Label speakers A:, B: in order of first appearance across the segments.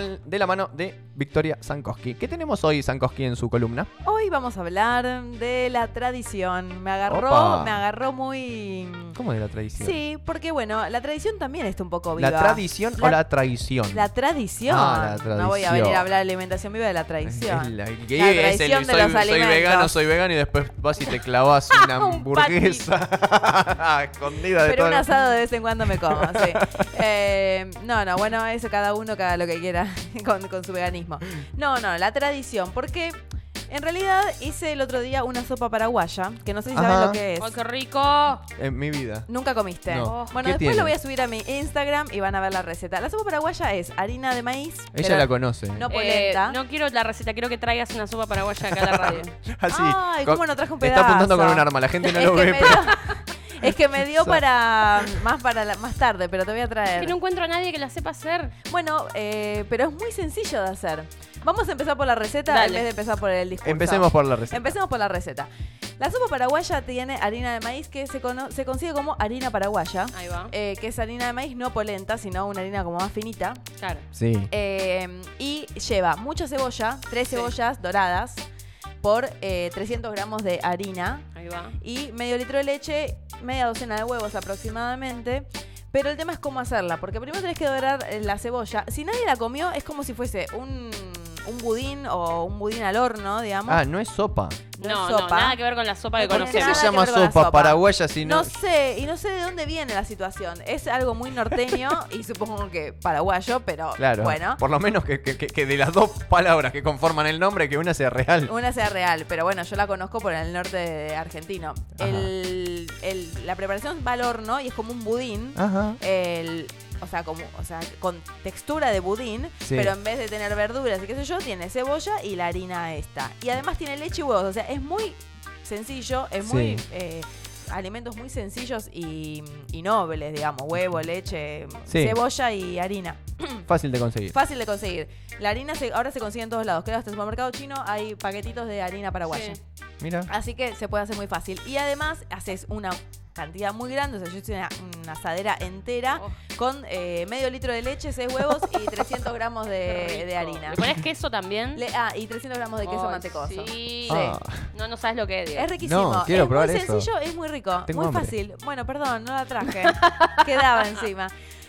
A: de la mano de Victoria Sankoski. ¿Qué tenemos hoy, Sankoski, en su columna?
B: Hoy vamos a hablar de la tradición. Me agarró,
A: Opa.
B: me agarró muy.
A: ¿Cómo de la tradición?
B: Sí, porque bueno, la tradición también está un poco viva.
A: ¿La tradición o la traición?
B: La tradición.
A: Ah, la
B: No voy a
A: tradición.
B: venir a hablar de alimentación viva de la
A: Es
B: tradición.
A: la- es
B: La
A: el
B: traición de
A: soy,
B: los
A: soy
B: alimentos.
A: vegano, soy vegano y después vas y te clavas una
B: Un
A: hamburguesa escondida de
B: Pero
A: todo.
B: un
A: el-
B: asado de vez en cuando me como, sí. Eh, no, no, bueno, eso cada uno, cada lo que quiera con, con su veganismo. No, no, la tradición, porque en realidad hice el otro día una sopa paraguaya, que no sé si saben
A: Ajá.
B: lo que es.
C: ¡Ay, Oh, qué rico!
A: En mi vida.
B: Nunca comiste.
A: No.
B: Oh. Bueno,
A: ¿Qué
B: después
A: tiene?
B: lo voy a subir a mi Instagram y van a ver la receta. La sopa paraguaya es harina de maíz.
A: Ella
B: pero
A: la conoce.
B: No
C: Eh,
B: polenta.
C: no quiero la receta, quiero que traigas una sopa paraguaya acá a la radio.
A: Así.
B: Ay,
A: con-
B: ¿cómo no trajo ah, un
A: Ah, Está apuntando con
B: pedazo?
A: un arma, la gente no
B: es,
A: lo
B: que
A: ve,
B: me
A: pero
B: dio- es que me dio para mm, más para la- más tarde, pero te voy a
C: Es
B: traer.
C: que no encuentro a nadie que la sepa hacer.
B: Bueno, eh, pero es muy sencillo de hacer. Vamos a empezar por la receta
C: Dale.
B: en vez de empezar por el discurso.
A: empecemos por la receta.
B: Empecemos por la receta. La sopa paraguaya tiene harina de maíz que se, cono- se consigue como harina paraguaya,
C: Ahí va.
B: eh, que es harina de maíz no polenta, sino una harina como más finita.
C: Claro.
A: Sí.
B: Eh, y lleva mucha cebolla, tres
C: Sí.
B: cebollas doradas por eh, 300 gramos de harina
C: Ahí va.
B: y medio litro de leche, media docena de huevos aproximadamente. Pero el tema es cómo hacerla, porque primero tenés que dorar eh, la cebolla. Si nadie la comió, es como si fuese un, un budín o un budín al horno, digamos.
A: Ah, no es sopa.
B: No
C: No,
B: es
C: no,
B: sopa.
C: nada que ver con la sopa que
B: No tiene
A: ¿Por qué
C: conocemos.
A: se
B: nada
A: llama
B: que ver con la
A: sopa,
B: sopa.
A: paraguaya si no...
B: No sé, y no sé de dónde viene la situación. Es algo muy norteño y supongo que paraguayo, pero
A: Claro.
B: bueno.
A: Por lo menos que, que- que- que de las dos palabras que conforman el nombre, que una sea real.
B: Una sea real, pero bueno, yo la conozco por el norte de- de argentino.
A: Ajá.
B: El- el- la preparación va al horno y es como un budín.
A: Ajá.
B: el- o sea, como, o sea, con textura de budín,
A: Sí.
B: pero en vez de tener verduras y qué sé yo, tiene cebolla y la harina esta. Y además tiene leche y huevos, o sea, es muy sencillo, es
A: Sí.
B: muy... eh, alimentos muy sencillos y, y nobles, digamos, huevo, leche,
A: Sí.
B: cebolla y harina.
A: Fácil de conseguir.
B: Fácil de conseguir. La harina se- ahora se consigue en todos lados, creo hasta el supermercado chino hay paquetitos de harina paraguaya.
C: Sí.
A: Mira.
B: Así que se puede hacer muy fácil. Y además haces una cantidad muy grande, o sea, yo hice una, una asadera entera
C: Oh,
B: con eh, medio litro de leche, 6 huevos y 300 gramos
C: qué
B: de,
C: rico.
B: Eh, de harina.
C: ¿Le pones queso también?
B: Le- ah, y 300 gramos de queso
C: Ay,
B: mantecoso.
C: Sí.
A: Ah,
C: No, no sabes lo que es. Diego.
B: Es riquísimo.
A: No, quiero
B: es
A: probar
B: muy
A: eso.
B: sencillo, es muy rico,
A: Tengo
B: muy
A: hambre.
B: fácil. Bueno, perdón, no la traje. Quedaba encima.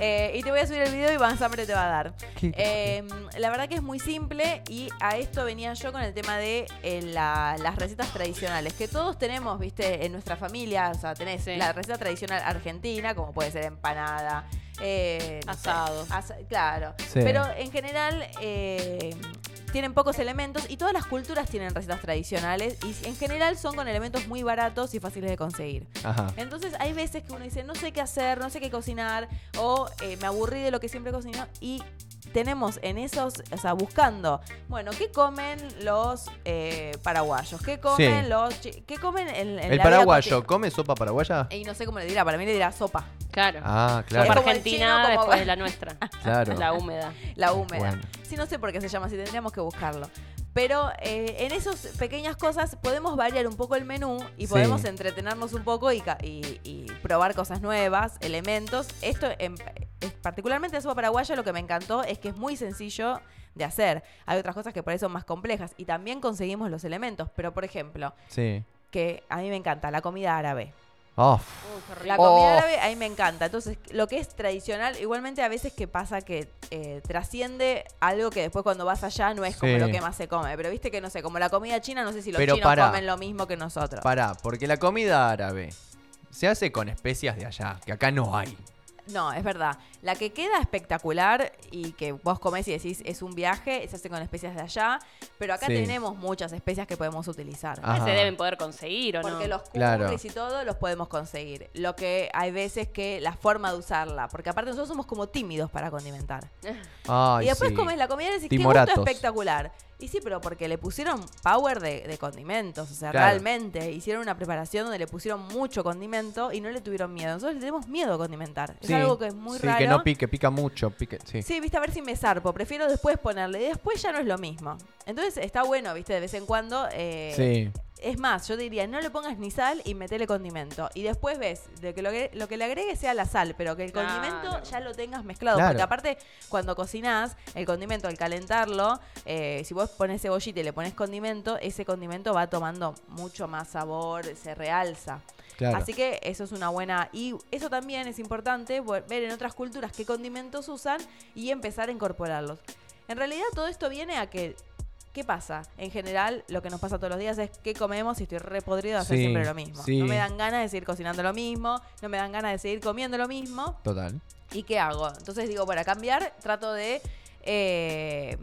B: Eh, y te voy a subir el video y más hambre te va a dar.
A: qué-
B: Eh, la verdad que es muy simple y a esto venía yo con el tema de eh, la- las recetas tradicionales, que todos tenemos, viste, en nuestra familia, o sea, tenés
C: Sí.
B: la receta tradicional argentina, como puede ser empanada, eh, no sé,
C: Asado.
B: asa- claro,
A: Sí.
B: pero en general eh, tienen pocos elementos y todas las culturas tienen recetas tradicionales y en general son con elementos muy baratos y fáciles de conseguir.
A: Ajá.
B: Entonces hay veces que uno dice, no sé qué hacer, no sé qué cocinar, o eh, me aburrí de lo que siempre cocino, y tenemos en esos, o sea, buscando, bueno, ¿qué comen los eh, paraguayos? ¿Qué comen
A: Sí.
B: los... chi- ¿Qué comen en, en la
A: ¿El
B: vida
A: paraguayo
B: cotidiana?
A: come sopa paraguaya?
B: Y no sé cómo le dirá, para mí le dirá sopa,
C: Claro.
A: Ah,
C: Sopa
A: claro.
B: como el chino,
C: argentina
B: como-
C: después de la nuestra.
A: Claro.
C: La húmeda.
B: la húmeda.
A: Bueno.
B: Sí, no sé por qué se llama así, tendríamos que buscarlo. Pero eh, en esas pequeñas cosas podemos variar un poco el menú
A: Sí.
B: y podemos entretenernos un poco y, ca- y- y probar cosas nuevas, elementos. Esto, en, es- particularmente la sopa paraguaya, lo que me encantó es que es muy sencillo de hacer. Hay otras cosas que por ahí son más complejas y también conseguimos los elementos. Pero, por ejemplo,
A: Sí.
B: que a mí me encanta la comida árabe.
A: Oh,
C: Uy, qué
B: La
C: rico.
A: Oh.
B: comida árabe a mí me encanta. Entonces, lo que es tradicional, igualmente a veces que pasa que eh, trasciende algo que después cuando vas allá no es como
A: Sí.
B: lo que más se come. Pero viste que no sé, como la comida china, no sé si los
A: Pero
B: chinos
A: pará.
B: comen lo mismo que nosotros.
A: pará, porque la comida árabe se hace con especias de allá, que acá no hay.
B: No, es verdad. La que queda espectacular y que vos comés y decís es un viaje, se hace con especias de allá. Pero acá
A: Sí.
B: tenemos muchas especias que podemos utilizar.
A: Ah,
C: Se deben poder conseguir, ¿o no?
B: Porque los curries
A: Claro.
B: y todo los podemos conseguir. Lo que hay veces que la forma de usarla. Porque aparte nosotros somos como tímidos para condimentar.
A: Ay,
B: y después
A: sí.
B: comes la comida y decís, qué gusto
A: Timoratos.
B: espectacular. Y sí, pero porque le pusieron power de, de condimentos. O sea,
A: Claro.
B: realmente hicieron una preparación donde le pusieron mucho condimento y no le tuvieron miedo. Nosotros le tenemos miedo a condimentar. Es
A: Sí,
B: algo que es muy
A: sí,
B: raro.
A: que no pique, pica mucho, pique, sí.
B: Sí, viste, a ver si me zarpo. Prefiero después ponerle. Y después ya no es lo mismo. Entonces está bueno, viste, de vez en cuando eh,
A: Sí.
B: Es más, yo diría, no le pongas ni sal y metele condimento. Y después ves de que lo que, lo que le agregues sea la sal, pero que el
C: Claro.
B: condimento ya lo tengas mezclado.
A: Claro.
B: Porque aparte, cuando cocinás, el condimento al calentarlo, eh, si vos pones cebollita y le pones condimento, ese condimento va tomando mucho más sabor, se realza.
A: Claro.
B: Así que eso es una buena. Y eso también es importante vo- ver en otras culturas qué condimentos usan y empezar a incorporarlos. En realidad todo esto viene a que. ¿Qué pasa? En general, lo que nos pasa todos los días es qué comemos y estoy re podrido de hacer
A: Sí,
B: siempre lo mismo.
A: sí.
B: No me dan ganas de seguir cocinando lo mismo, no me dan ganas de seguir comiendo lo mismo.
A: Total.
B: ¿Y qué hago? Entonces digo, para cambiar, trato de. eh,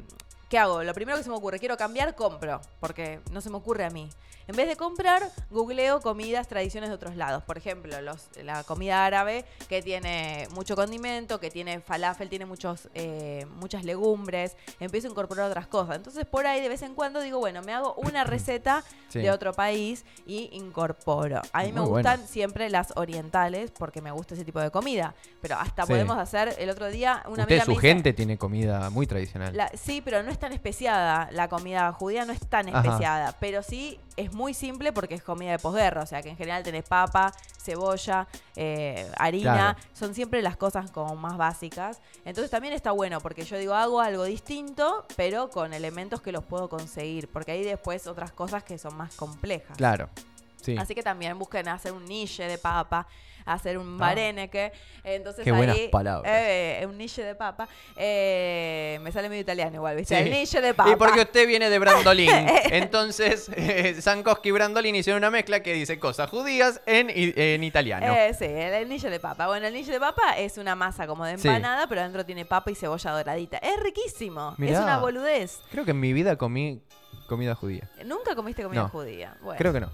B: ¿Qué hago? Lo primero que se me ocurre, quiero cambiar, compro, porque no se me ocurre a mí. En vez de comprar, googleo comidas, tradiciones de otros lados. Por ejemplo, los- la comida árabe, que tiene mucho condimento, que tiene falafel, tiene muchos, eh, muchas legumbres. Empiezo a incorporar otras cosas. Entonces, por ahí, de vez en cuando, digo, bueno, me hago una receta
A: Sí.
B: de otro país y incorporo. A mí me
A: Muy bueno.
B: gustan siempre las orientales porque me gusta ese tipo de comida, pero hasta
A: Sí.
B: podemos hacer el otro día una
A: Usted,
B: amiga
A: su
B: me dice,
A: gente tiene comida muy tradicional.
B: la- sí, pero no es tan especiada. La comida judía no es tan
A: Ajá.
B: especiada. Pero sí es muy simple porque es comida de posguerra. O sea, que en general tenés papa, cebolla, eh, harina.
A: Claro.
B: Son siempre las cosas como más básicas. Entonces también está bueno porque yo digo, hago algo distinto, pero con elementos que los puedo conseguir. Porque hay después otras cosas que son más complejas.
A: Claro. Sí.
B: Así que también busquen hacer un niche de papa, hacer un bareneke. Entonces
A: Ah. Qué buenas
B: ahí,
A: palabras.
B: eh, un niche de papa. Eh, me sale medio italiano igual, ¿viste?
A: Sí.
B: El niche de papa.
A: Y porque usted viene de Brandolín. Entonces, eh, Sankoski y Brandolín hicieron una mezcla que dice cosas judías en, i- en italiano.
B: Eh, sí, el, el niche de papa. Bueno, el niche de papa es una masa como de
A: Sí.
B: empanada, pero adentro tiene papa y cebolla doradita. Es riquísimo. Es
A: Mirá.
B: una boludez.
A: Creo que en mi vida comí comida judía.
B: Nunca comiste comida
A: No.
B: judía. Bueno,
A: Creo que no.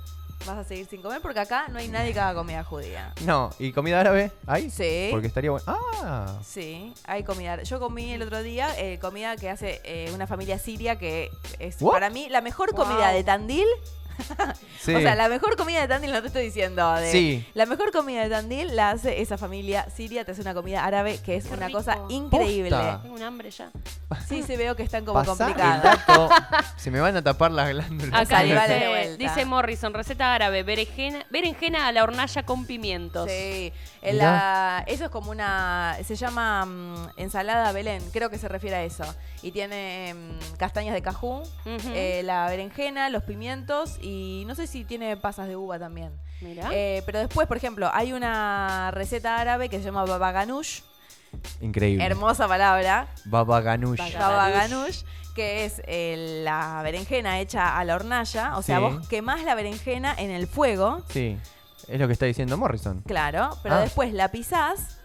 B: vas a seguir sin comer porque acá no hay nadie que haga comida judía.
A: No, ¿y comida árabe? ¿Hay?
B: Sí.
A: Porque estaría bueno. ¡Ah!
B: Sí, hay comida. Yo comí el otro día eh, comida que hace eh, una familia siria que es
A: What?
B: para mí la mejor comida
C: Wow.
B: de Tandil.
A: Sí.
B: O sea, la mejor comida de Tandil, no te estoy diciendo. De,
A: Sí.
B: La mejor comida de Tandil la hace esa familia siria, te hace una comida árabe que es
C: Qué
B: una
C: rico.
B: cosa increíble.
A: Posta.
C: Tengo un hambre ya.
B: Sí, sí veo que están como
A: Pasá el
B: complicadas.
A: dato. Se me van a tapar las glándulas.
C: Acá
B: Salí, dale de
C: dice,
B: vuelta.
C: dice Morrison, receta árabe, berenjena, berenjena a la hornalla con pimientos.
B: Sí, en la- eso es como una, se llama mm, ensalada Belén, creo que se refiere a eso. Y tiene mm, castañas de cajú,
C: Ujú.
B: eh, la berenjena, los pimientos y no sé si tiene pasas de uva también.
C: Mirá.
B: Eh, pero después, por ejlo, hay una receta árabe que se llama baba ganoush,
A: Increíble.
B: hermosa palabra,
A: Baba ganoush.
C: Baba-
B: baba
C: Ganoush.
B: ganoush, que es eh, la berenjena hecha a la hornalla, o sea,
A: Sí.
B: vos quemás la berenjena en el fuego,
A: Sí. Es lo que está diciendo Morrison.
B: claro, pero
A: Ah.
B: después la pisás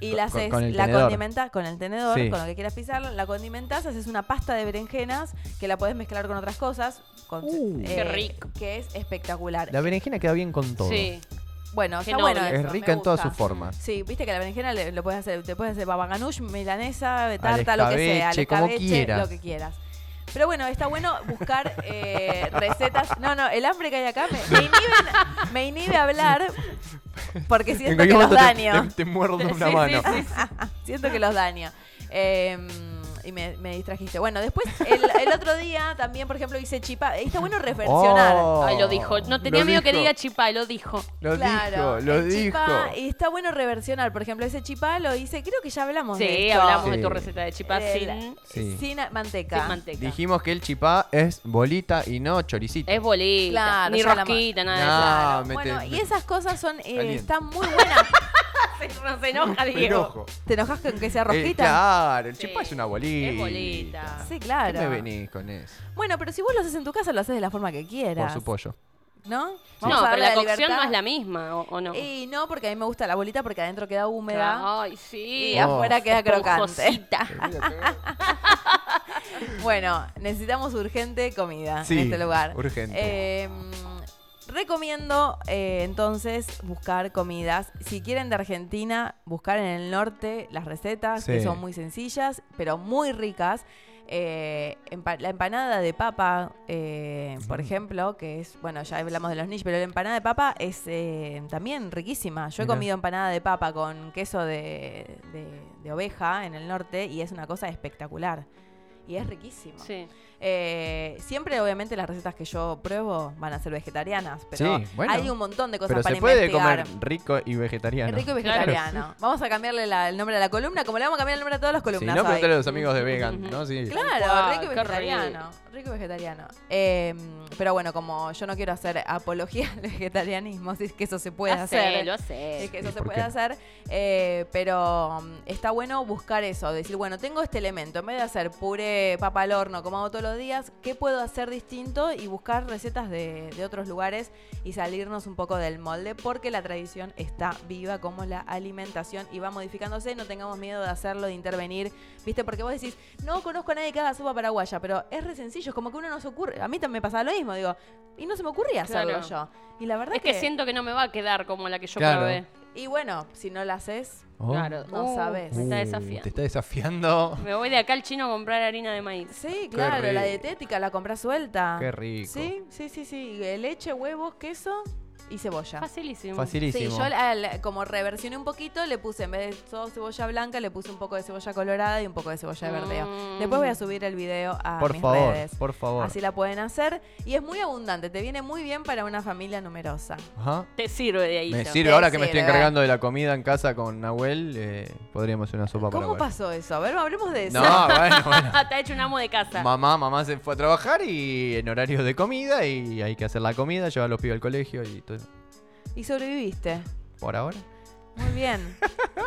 B: y
A: Con-
B: la
A: con-
B: haces,
A: con el
B: la
A: tenedor.
B: condimentás con el tenedor,
A: Sí.
B: con lo que quieras pisar, la condimentás, haces una pasta de berenjenas que la podés mezclar con otras cosas. con- eh,
A: Uh.
C: Qué rico.
B: Que es espectacular.
A: La berenjena queda bien con todo.
C: Sí.
B: Bueno,
C: Qué
B: está bueno.
C: noble.
B: eso,
A: Es
B: me
A: rica en todas
B: gusta.
A: sus formas.
B: Sí, viste que la berenjena le, lo puedes hacer, te puedes hacer baba ganoush, milanesa, de
A: Al
B: tarta, lo que sea, al
A: escabeche, como
B: escabeche,
A: quieras.
B: lo que quieras. Pero bueno, está bueno buscar eh, recetas. No, no, el hambre que hay acá me, me inhibe, me inhibe hablar porque siento que los daño.
A: te, muerdo
C: Sí,
A: una
C: sí,
A: mano.
C: sí, sí.
B: Siento que los daño. Eh, y me, me distrajiste. Bueno, después, el, el otro día también, por ejemplo, hice chipa. Está bueno reversionar.
C: Ay, lo dijo. No tenía miedo que diga chipá, lo dijo.
A: Oh, Lo
B: Claro,
A: dijo, lo
B: el
A: dijo.
B: chipá, y está bueno reversionar, por ejemplo, ese chipá lo hice, creo que ya hablamos de
C: Sí,
B: esto.
C: hablamos
A: Sí.
C: de tu receta de chipá
B: El-
A: Sí.
C: sin,
B: Sin a- manteca.
C: sin manteca.
A: Dijimos que el chipá es bolita y no choricito.
C: Es bolita,
B: Claro,
C: ni
B: ya la ma-
C: rosquita,
A: No.
C: nada
A: Ah,
B: Claro.
A: mete-
B: bueno, y
A: mete-
B: esas cosas son, eh,
A: Caliente.
B: están muy buenas.
C: de eso. Se, se enoja, Diego.
A: Pero ojo.
B: ¿Te enojas con que sea
A: eh,
B: rosquita?
A: claro, el
C: Sí.
A: chipá es una bolita.
C: Es bolita.
B: Sí,
A: ¿Qué
B: claro.
A: me venís con eso?
B: Bueno, pero si vos lo haces en tu casa, lo haces de la forma que
A: Por
B: quieras.
A: su pollo.
B: ¿No?
C: No, pero
B: darle
C: la cocción
B: libertad.
C: no es la misma, ¿o, o no?
B: Y no, porque a mí me gusta la bolita porque adentro queda húmeda.
C: Ay,
B: Y
C: sí.
A: Oh.
B: afuera queda crocante.
C: Esponjosita.
B: Bueno, necesitamos urgente comida
A: Sí,
B: en este lugar.
A: urgente.
B: Eh, recomiendo eh, entonces buscar comidas. Si quieren de Argentina, buscar en el norte las recetas, que
A: Sí.
B: son muy sencillas, pero muy ricas. Eh, empa- la empanada de papa, eh,
A: Mm.
B: por ejemplo, que es, bueno, ya hablamos de los niches, pero la empanada de papa es eh, también riquísima. Yo he
A: Mirá.
B: comido empanada de papa con queso de, de- de oveja en el norte y es una cosa espectacular. y es riquísimo.
C: Sí.
B: Eh, siempre, obviamente, las recetas que yo pruebo van a ser vegetarianas, pero
A: Sí, bueno.
B: hay un montón de cosas
A: Pero
B: para
A: se puede
B: investigar.
A: comer rico y vegetariano.
B: Rico y
C: Claro.
B: vegetariano. Vamos a cambiarle la- el nombre a la columna, como le vamos a cambiar el nombre a todas las
A: Si
B: columnas.
A: no,
B: hoy.
A: preguntarle a los amigos de vegan, ¿no? Sí.
B: Claro,
C: Guau,
B: rico y
C: qué
B: vegetariano. Rico y vegetariano. Eh, pero bueno, como yo no quiero hacer apología al vegetarianismo, si es que eso se puede hacer.
C: Hacelo,
B: Es
C: hacelo.
B: Eh, que eso
A: ¿Y
B: se
A: por
B: puede
A: qué?
B: hacer, eh, pero mm, está bueno buscar eso, decir, bueno, tengo este elemento, en vez de hacer puré, papa al horno, como hago todos los días, ¿qué puedo hacer distinto? Y buscar recetas de, de otros lugares y salirnos un poco del molde, porque la tradición está viva como la alimentación y va modificándose, no tengamos miedo de hacerlo, de intervenir, ¿viste? Porque vos decís, no conozco a nadie que haga sopa paraguaya, pero es re sencillo, es como que uno no se ocurre, a mí también me pasaba lo mismo, digo, y no se me ocurría hacerlo
C: Claro.
B: yo. Y la verdad
C: Es que siento que no me va a quedar como la que yo
A: Claro.
C: probé.
B: Y bueno, si no la haces,
A: Oh.
C: Claro.
B: No sabes.
C: Me está
A: Uh, Te
C: desafiando.
A: está desafiando.
C: Me voy de acá al chino a comprar harina de maíz.
B: Sí, claro, la
A: rico.
B: dietética, la compras suelta.
A: Qué rico.
B: Ah. Sí, sí, sí, sí. eh, Leche, huevos, queso y cebolla.
C: Facilísimo.
A: Facilísimo.
B: Sí, yo al- como reversioné un poquito, le puse, en vez de solo cebolla blanca, le puse un poco de cebolla colorada y un poco de cebolla de verdeo.
C: Mm.
B: Después voy a subir el video a
A: por
B: mis
A: favor,
B: redes.
A: por favor.
B: Así la pueden hacer. Y es muy abundante, te viene muy bien para una familia numerosa.
A: Ajá.
C: Te sirve de ahí.
A: Me
C: yo.
A: sirve, ahora que me estoy
B: sirve.
A: encargando de la comida en casa con Nahuel, eh, podríamos hacer una sopa para
B: ¿Cómo pasó eso? A ver, hablemos de eso.
A: No, bueno, bueno.
C: Está hecho un amo de casa.
A: Mamá, mamá se fue a trabajar y en horario de comida y hay que hacer la comida, llevar a los pibes al colegio y todo.
B: Y sobreviviste.
A: Por ahora.
B: Muy bien,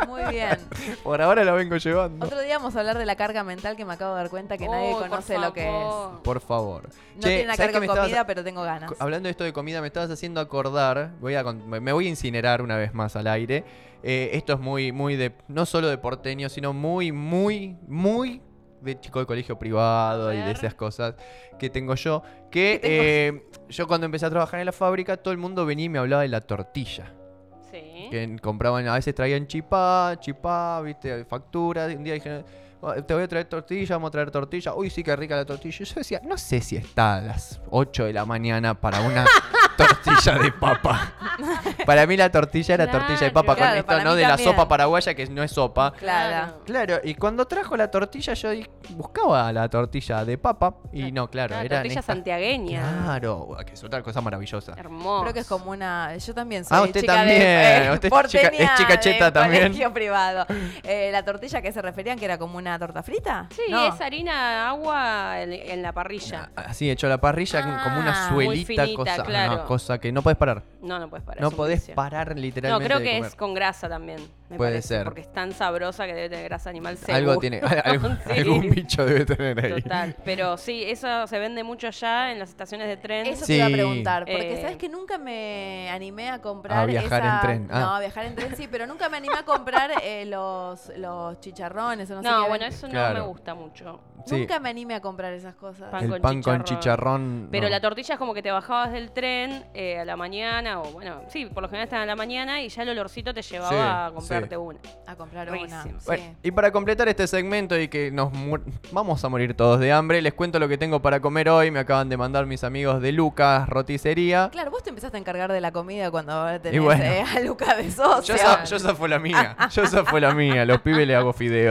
B: muy bien.
A: Por ahora lo vengo llevando.
B: Otro día vamos a hablar de la carga mental que me acabo de dar cuenta que nadie
C: Oh, por
B: conoce lo que es. No
C: favor.
A: Por favor.
B: tiene la
A: ¿sabés
B: carga
A: qué me
B: comida,
A: estabas-
B: pero tengo ganas.
A: co- Hablando de esto de comida, me estabas haciendo acordar, voy a, con- me me voy a incinerar una vez más al aire. Eh, esto es muy, muy de, no solo de porteño, sino muy, muy, muy de chico de colegio privado
C: A
A: y de
C: ver.
A: esas cosas que tengo yo. Que
B: ¿Qué
A: eh,
B: tengo?
A: yo cuando empecé a trabajar en la fábrica, todo el mundo venía y me hablaba de la tortilla.
C: Sí.
A: que compraban, a veces traían chipá, chipá, viste, factura. Un día dijeron, "Ah, te voy a traer tortilla, vamos a traer tortilla. Uy, sí, qué rica la tortilla. Y yo decía, no sé si está a las 8 de la mañana para una tortilla de papa. para mí la tortilla era tortilla de papa, con
C: Claro,
B: claro,
A: esto
B: para
A: no
B: mí
A: de la
B: también.
A: sopa paraguaya, que no es sopa.
B: Clara.
A: Claro, y cuando trajo la tortilla yo di- buscaba la tortilla de papa y no, claro,
C: Una
A: era
C: Ah, tortilla santiagueña.
A: Claro, que es otra cosa maravillosa.
C: Hermoso.
B: Creo que es como una. Yo también soy
A: Ah, usted
B: chica
A: también.
B: de. eh,
A: Usted es
B: porteña
A: chica- es chica
B: de
A: cheta también.
B: eh, colegio privado. Eh, la tortilla que se referían que era como una torta frita.
C: Sí,
B: No.
C: es harina, agua en, en la parrilla.
A: Así hecho a la parrilla con- como una
B: Ah,
C: muy
A: suelita,
C: finita,
A: cosa,
C: claro.
A: una cosa que no podés parar.
C: No, no puedes parar.
A: no
C: es un
A: podés
C: vicio.
A: parar
C: No,
A: literalmente.
C: creo
A: de
C: que
A: comer.
C: es con grasa también. me
A: Puede
C: parece,
A: ser.
C: Porque es tan sabrosa que debe tener grasa animal
A: Algo
C: seguro.
A: tiene, algún,
C: Sí.
A: algún bicho debe tener ahí.
C: Total. Pero sí, eso se vende mucho allá en las estaciones de tren.
B: Eso
A: Sí.
B: te iba a preguntar, porque
C: Eh.
B: sabes que nunca me animé a comprar.
A: A viajar
B: esa-
A: en tren, ah.
B: No, a viajar en tren sí, pero nunca me animé a comprar eh, los, los chicharrones o no,
C: No,
B: sé qué
C: bueno,
B: ven-
C: eso no
A: Claro.
C: me gusta mucho.
A: Sí,
B: Nunca me animé a comprar esas cosas.
C: Pan
A: el
C: con
A: pan con
C: chicharrón.
A: chicharrón.
C: Pero
A: no.
C: la tortilla es como que te bajabas del tren eh, a la mañana, o bueno, sí, por lo general están a la mañana y ya el olorcito te llevaba
A: Sí,
C: a
A: sí.
C: comprarte una.
B: A comprar una.
C: Buenísimo.
B: sí.
A: Bueno, y para completar este segmento y que nos muer- vamos a morir todos de hambre, les cuento lo que tengo para comer hoy. Me acaban de mandar mis amigos de Lucas Roticería.
B: Claro, vos te empezaste a encargar de la comida cuando ahora tenés
A: bueno.
B: eh, a Luca de socio.
A: Yo esa, yo esa fue la mía. Yo esa fue la mía. Los pibes le hago fideos.